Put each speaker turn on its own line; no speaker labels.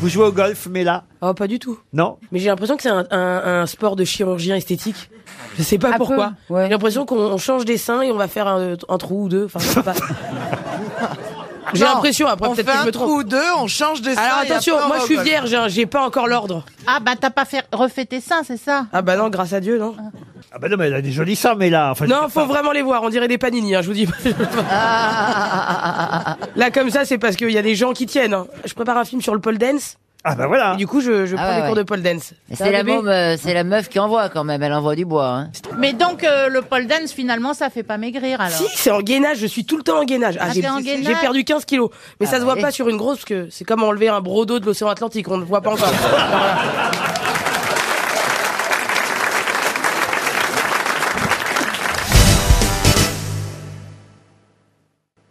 Vous jouez au golf, mais là
Oh, pas du tout.
Non
Mais j'ai l'impression que c'est un, un- un sport de chirurgien esthétique. Je sais pas
Un
pourquoi.
peu, ouais.
J'ai l'impression qu'on on change des seins et on va faire un, un trou ou deux. Enfin, je sais pas. j'ai l'impression, après
On fait
peut-être que je
un
me trompe.
trou ou deux, on change de
Alors
sein et
attention,
après, on
moi je suis
recolle.
vierge, hein, j'ai pas encore l'ordre.
Ah, bah t'as pas fait, refait tes seins, c'est ça
Ah bah non, grâce à Dieu, non.
Ah bah non, mais elle a des jolis seins, mais là... Enfin, je
Non,
sais
faut
pas.
vraiment les voir, on dirait des panini, hein, je vous dis.
Ah.
Là, comme ça, c'est parce qu'il y a des gens qui tiennent. hein. Je prépare un film sur le pole dance,
Ah bah voilà
et du coup, je, je
Ah
prends
ouais,
des cours
ouais.
de pole dance.
Mais
Ça
C'est
va,
la,
bébé
môme, euh, c'est la meuf qui envoie quand même, elle envoie du bois. hein.
Mais donc, euh, le pole dance, finalement, ça fait pas maigrir, alors.
Si, c'est en gainage, je suis tout le temps en gainage. Ah,
Ah,
j'ai
t'es en gainage Ah
j'ai perdu 15 kilos. Mais ça se voit
ouais.
pas sur une grosse, parce que c'est comme enlever un brodo de l'océan Atlantique, on ne voit pas encore.